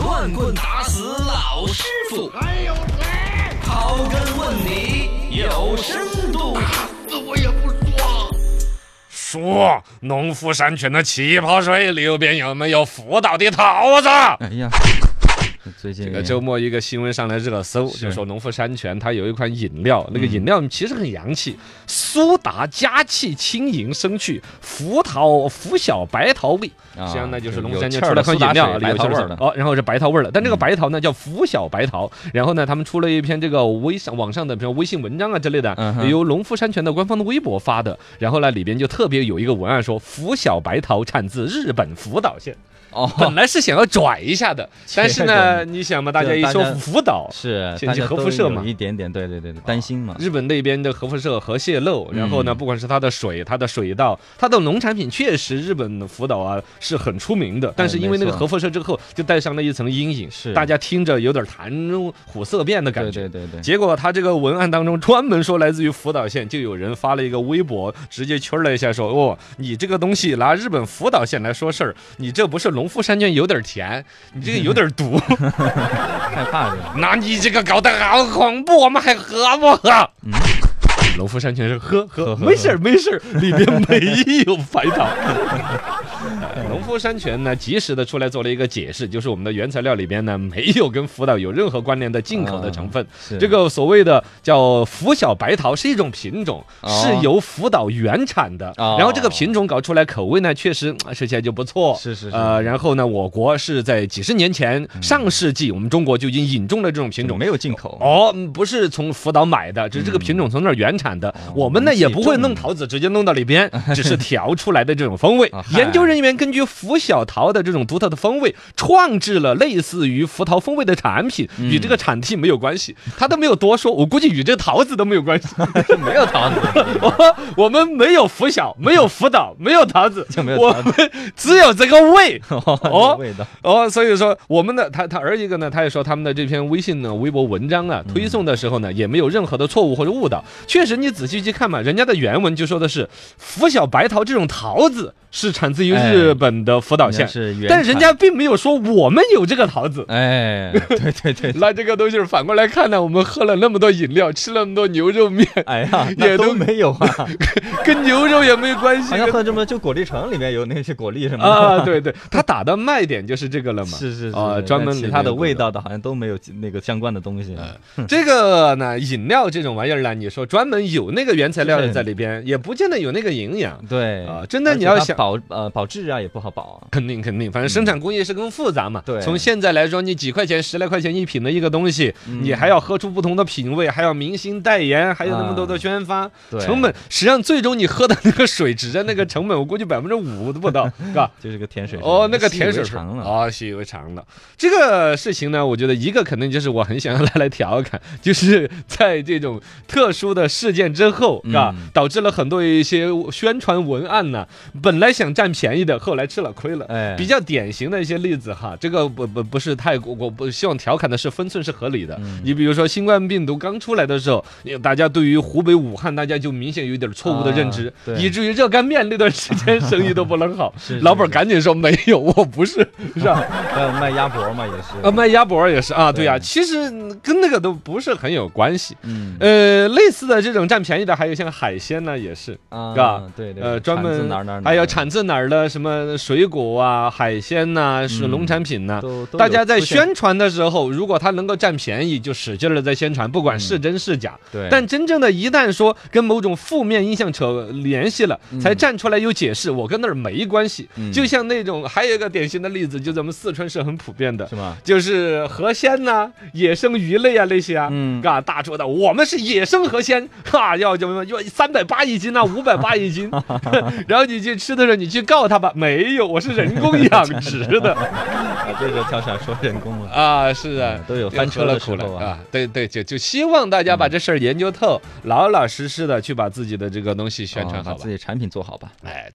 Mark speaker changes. Speaker 1: 乱棍打死老师傅，
Speaker 2: 还有谁？
Speaker 1: 刨根问底有深度。
Speaker 2: 死我也不说。
Speaker 3: 说，农夫山泉的气泡水里边有没有福岛的桃子？
Speaker 4: 哎呀，最近
Speaker 3: 这个周末一个新闻上来热搜，就是说农夫山泉它有一款饮料，那个
Speaker 4: 嗯
Speaker 3: 饮料其实很洋气，苏打加气轻盈生趣，福桃福小白桃味，
Speaker 4: 啊
Speaker 3: 实际上那就是
Speaker 4: 有
Speaker 3: 农夫山泉
Speaker 4: 气儿
Speaker 3: 出
Speaker 4: 的
Speaker 3: 了款
Speaker 4: 苏打
Speaker 3: 饮料，
Speaker 4: 水
Speaker 3: 里
Speaker 4: 白
Speaker 3: 有
Speaker 4: 桃
Speaker 3: 气
Speaker 4: 味
Speaker 3: 儿
Speaker 4: 儿的嗯
Speaker 3: 哦，然后是白桃味儿的，但这个白桃呢叫福小白桃，然后呢他们出了一篇这个微上网上的，比如微信文章啊之类的
Speaker 4: 嗯，哼
Speaker 3: 由农夫山泉的官方的微博发的，然后呢里边就特别有一个文案说福小白桃产自日本福岛县。
Speaker 4: 哦，
Speaker 3: 本来是想要拽一 下的，但是呢，
Speaker 4: 这
Speaker 3: 你想嘛，大家一
Speaker 4: 大
Speaker 3: 说
Speaker 4: 家
Speaker 3: 福岛，
Speaker 4: 是
Speaker 3: 先
Speaker 4: 大
Speaker 3: 去
Speaker 4: 家
Speaker 3: 核
Speaker 4: 都
Speaker 3: 辐射
Speaker 4: 有
Speaker 3: 嘛
Speaker 4: 一点点，对对对，对担心嘛，
Speaker 3: 日本那边的核辐射、核泄漏，然后呢，
Speaker 4: 嗯
Speaker 3: 不管是它的水、它的水稻、它的农产品，确实日本的福岛啊是很出名
Speaker 4: 哎
Speaker 3: 的。但是因为那个
Speaker 4: 没错
Speaker 3: 核辐射之后，就带上了一层阴影，
Speaker 4: 是
Speaker 3: 大家听着有点谈虎色变的感
Speaker 4: 对
Speaker 3: 觉
Speaker 4: 对。对对，
Speaker 3: 结果他这个文案当中专门说来自于福岛县，就有人发了一个微博，直接圈了一下说：“哦，你这个东西拿日本福岛县来说事儿，你这不是农夫山泉有点甜，你这个有点毒，
Speaker 4: 害怕人，
Speaker 3: 那你这个搞得好恐怖，我们还喝不喝？”
Speaker 4: 嗯
Speaker 3: 农夫山泉是喝喝，没事儿没事儿，里 边没有白糖。农夫山泉呢，及时的出来做了一个解释，就是我们的原材料里边呢没有跟福岛有任何关联的进口的成分，
Speaker 4: 啊是
Speaker 3: 这个所谓的叫福小白桃是一种品种，
Speaker 4: 哦
Speaker 3: 是由福岛原产的。
Speaker 4: 哦
Speaker 3: 然后这个品种搞出来口味呢，确实嗯吃起来就不错。
Speaker 4: 是是是
Speaker 3: 呃，然后呢，我国是在几十年前，上世纪我们中国就已经引种了这种品
Speaker 4: 品
Speaker 3: 种。
Speaker 4: 种没有进口，嗯
Speaker 3: 哦，嗯不是从福岛买的，只是这个品种从那儿原产的。我们呢
Speaker 4: 能哦自己
Speaker 3: 也不会
Speaker 4: 种
Speaker 3: 弄桃子直接弄到里 边，只是调出来的这种风味
Speaker 4: 啊。嗨
Speaker 3: 研究人员根据福小桃的这种独特的风味，创制了类似于福桃风味的产品，
Speaker 4: 嗯
Speaker 3: 与这个产地没有关系。他都没有多说，我估计与这桃子都没有关系。
Speaker 4: 没有桃子，
Speaker 3: 我 我们没有福小，没有福岛，没有桃子，
Speaker 4: 就没有
Speaker 3: 我
Speaker 4: 桃
Speaker 3: 们只有这个味。
Speaker 4: 哦，味道
Speaker 3: 哦，所以说我们的他他而一个呢，他也说他们的这篇微信呢、微博文章啊，
Speaker 4: 嗯
Speaker 3: 推送的时候呢，也没有任何的错误或者误导。确实，你仔细去看嘛，人家的原文就说的是拂晓白桃这种桃子是产自于
Speaker 4: 哎
Speaker 3: 日本的福岛县，
Speaker 4: 是原，
Speaker 3: 但人。家并没有说我们有这个桃子。
Speaker 4: 哎，对对对，
Speaker 3: 那这个东西儿反过来看呢，我们喝了那么多饮料，吃了那么多牛肉面，
Speaker 4: 哎呀，那
Speaker 3: 也都
Speaker 4: 都没有啊，
Speaker 3: 跟牛肉也没有关系
Speaker 4: 好。像喝这么就果粒橙里面有那些果粒什么的
Speaker 3: 啊，对对，他打的卖点就是这个了嘛。
Speaker 4: 是是是
Speaker 3: 啊，专门
Speaker 4: 但
Speaker 3: 给
Speaker 4: 其他的
Speaker 3: 那个
Speaker 4: 味道的，好像都没有嗯那个相关的东西。
Speaker 3: 这个呢，饮料这种玩意儿呢，你说专门有那个原材料在里边，也不见得有那个营养。
Speaker 4: 对
Speaker 3: 啊真的
Speaker 4: 而且
Speaker 3: 你要
Speaker 4: 它
Speaker 3: 想
Speaker 4: 保呃保质啊也不好保。
Speaker 3: 肯定肯定，反正生产工艺是更复杂嘛。
Speaker 4: 对
Speaker 3: 从现在来说，你几块钱、十来块钱一瓶的一个东西，
Speaker 4: 嗯
Speaker 3: 你还要喝出不同的品味，还要明星代言，还有那么多的宣发，
Speaker 4: 啊对
Speaker 3: 成本。实际上，最终你喝的那个水，只占那个成本，我估计百分之五都不到，是吧？
Speaker 4: 就是个甜水
Speaker 3: 哦，那个甜水
Speaker 4: 长了。
Speaker 3: 哦，习以为常了。这个事情呢，我觉得一个肯定就是我很想要拿来调侃，就是在这种特殊的事件之后，是吧、
Speaker 4: 嗯
Speaker 3: 导致了很多一些宣传文案呢、本来想占便宜的，后来吃了亏了。
Speaker 4: 哎
Speaker 3: 比较典型的一些例子哈，这个不不不是太过，我不希望调侃的是分寸是合理的。
Speaker 4: 嗯
Speaker 3: 你比如说新冠病毒刚出来的时候，大家对于湖北武汉，大家就明显有一点错误的认知
Speaker 4: 啊，对
Speaker 3: 以至于热干面那段时间生意都不能好。
Speaker 4: 是是
Speaker 3: 老板赶紧说没有，我不是，是吧？
Speaker 4: 还有卖鸭脖嘛也是。
Speaker 3: 啊，卖鸭脖儿也是啊，对呀、
Speaker 4: 对
Speaker 3: 其实嗯跟那个都不是很有关系。
Speaker 4: 嗯
Speaker 3: 呃，类似的这种占便宜的，还有像海鲜呢，也是。
Speaker 4: 啊
Speaker 3: 嘎，
Speaker 4: 对对，
Speaker 3: 呃，
Speaker 4: 对
Speaker 3: 专
Speaker 4: 产自
Speaker 3: 门
Speaker 4: 哪儿哪儿哪儿
Speaker 3: 还有
Speaker 4: 的
Speaker 3: 产自哪儿的什么水果啊、海鲜呐、是
Speaker 4: 嗯
Speaker 3: 农产品呐、
Speaker 4: 都都
Speaker 3: 大
Speaker 4: 有
Speaker 3: 家在
Speaker 4: 出现
Speaker 3: 宣传的时候，如果它能够占便宜，就使劲的在宣传，不管是真是假。
Speaker 4: 嗯对，
Speaker 3: 但真正的一旦说跟某种负面印象扯联系了，才站出来有解释，我跟那儿没关系。
Speaker 4: 嗯
Speaker 3: 就像那种还有一个典型的例子，就咱们四川是很普遍的
Speaker 4: 是，吗？
Speaker 3: 就是河鲜呐、野生鱼类啊那些啊，
Speaker 4: 嗯
Speaker 3: 嘎大说的，我们是野生河鲜，哈，要什么要三百八一斤呐、啊，五百八一 斤， 然后你去吃的时候，你去告他吧，没有，我是人 工养殖的
Speaker 4: 啊，这就跳出来说人工了。
Speaker 3: 啊，是啊
Speaker 4: 嗯。都有
Speaker 3: 又
Speaker 4: 翻
Speaker 3: 喝
Speaker 4: 车
Speaker 3: 了
Speaker 4: 的
Speaker 3: 苦
Speaker 4: 时
Speaker 3: 了
Speaker 4: 候啊，嗯
Speaker 3: 啊！对对，就就希望大家把这事儿研究透，老老实实的去把自己的这个东西宣传
Speaker 4: 啊把
Speaker 3: 好吧
Speaker 4: 自。己产品做好吧。
Speaker 3: 哎，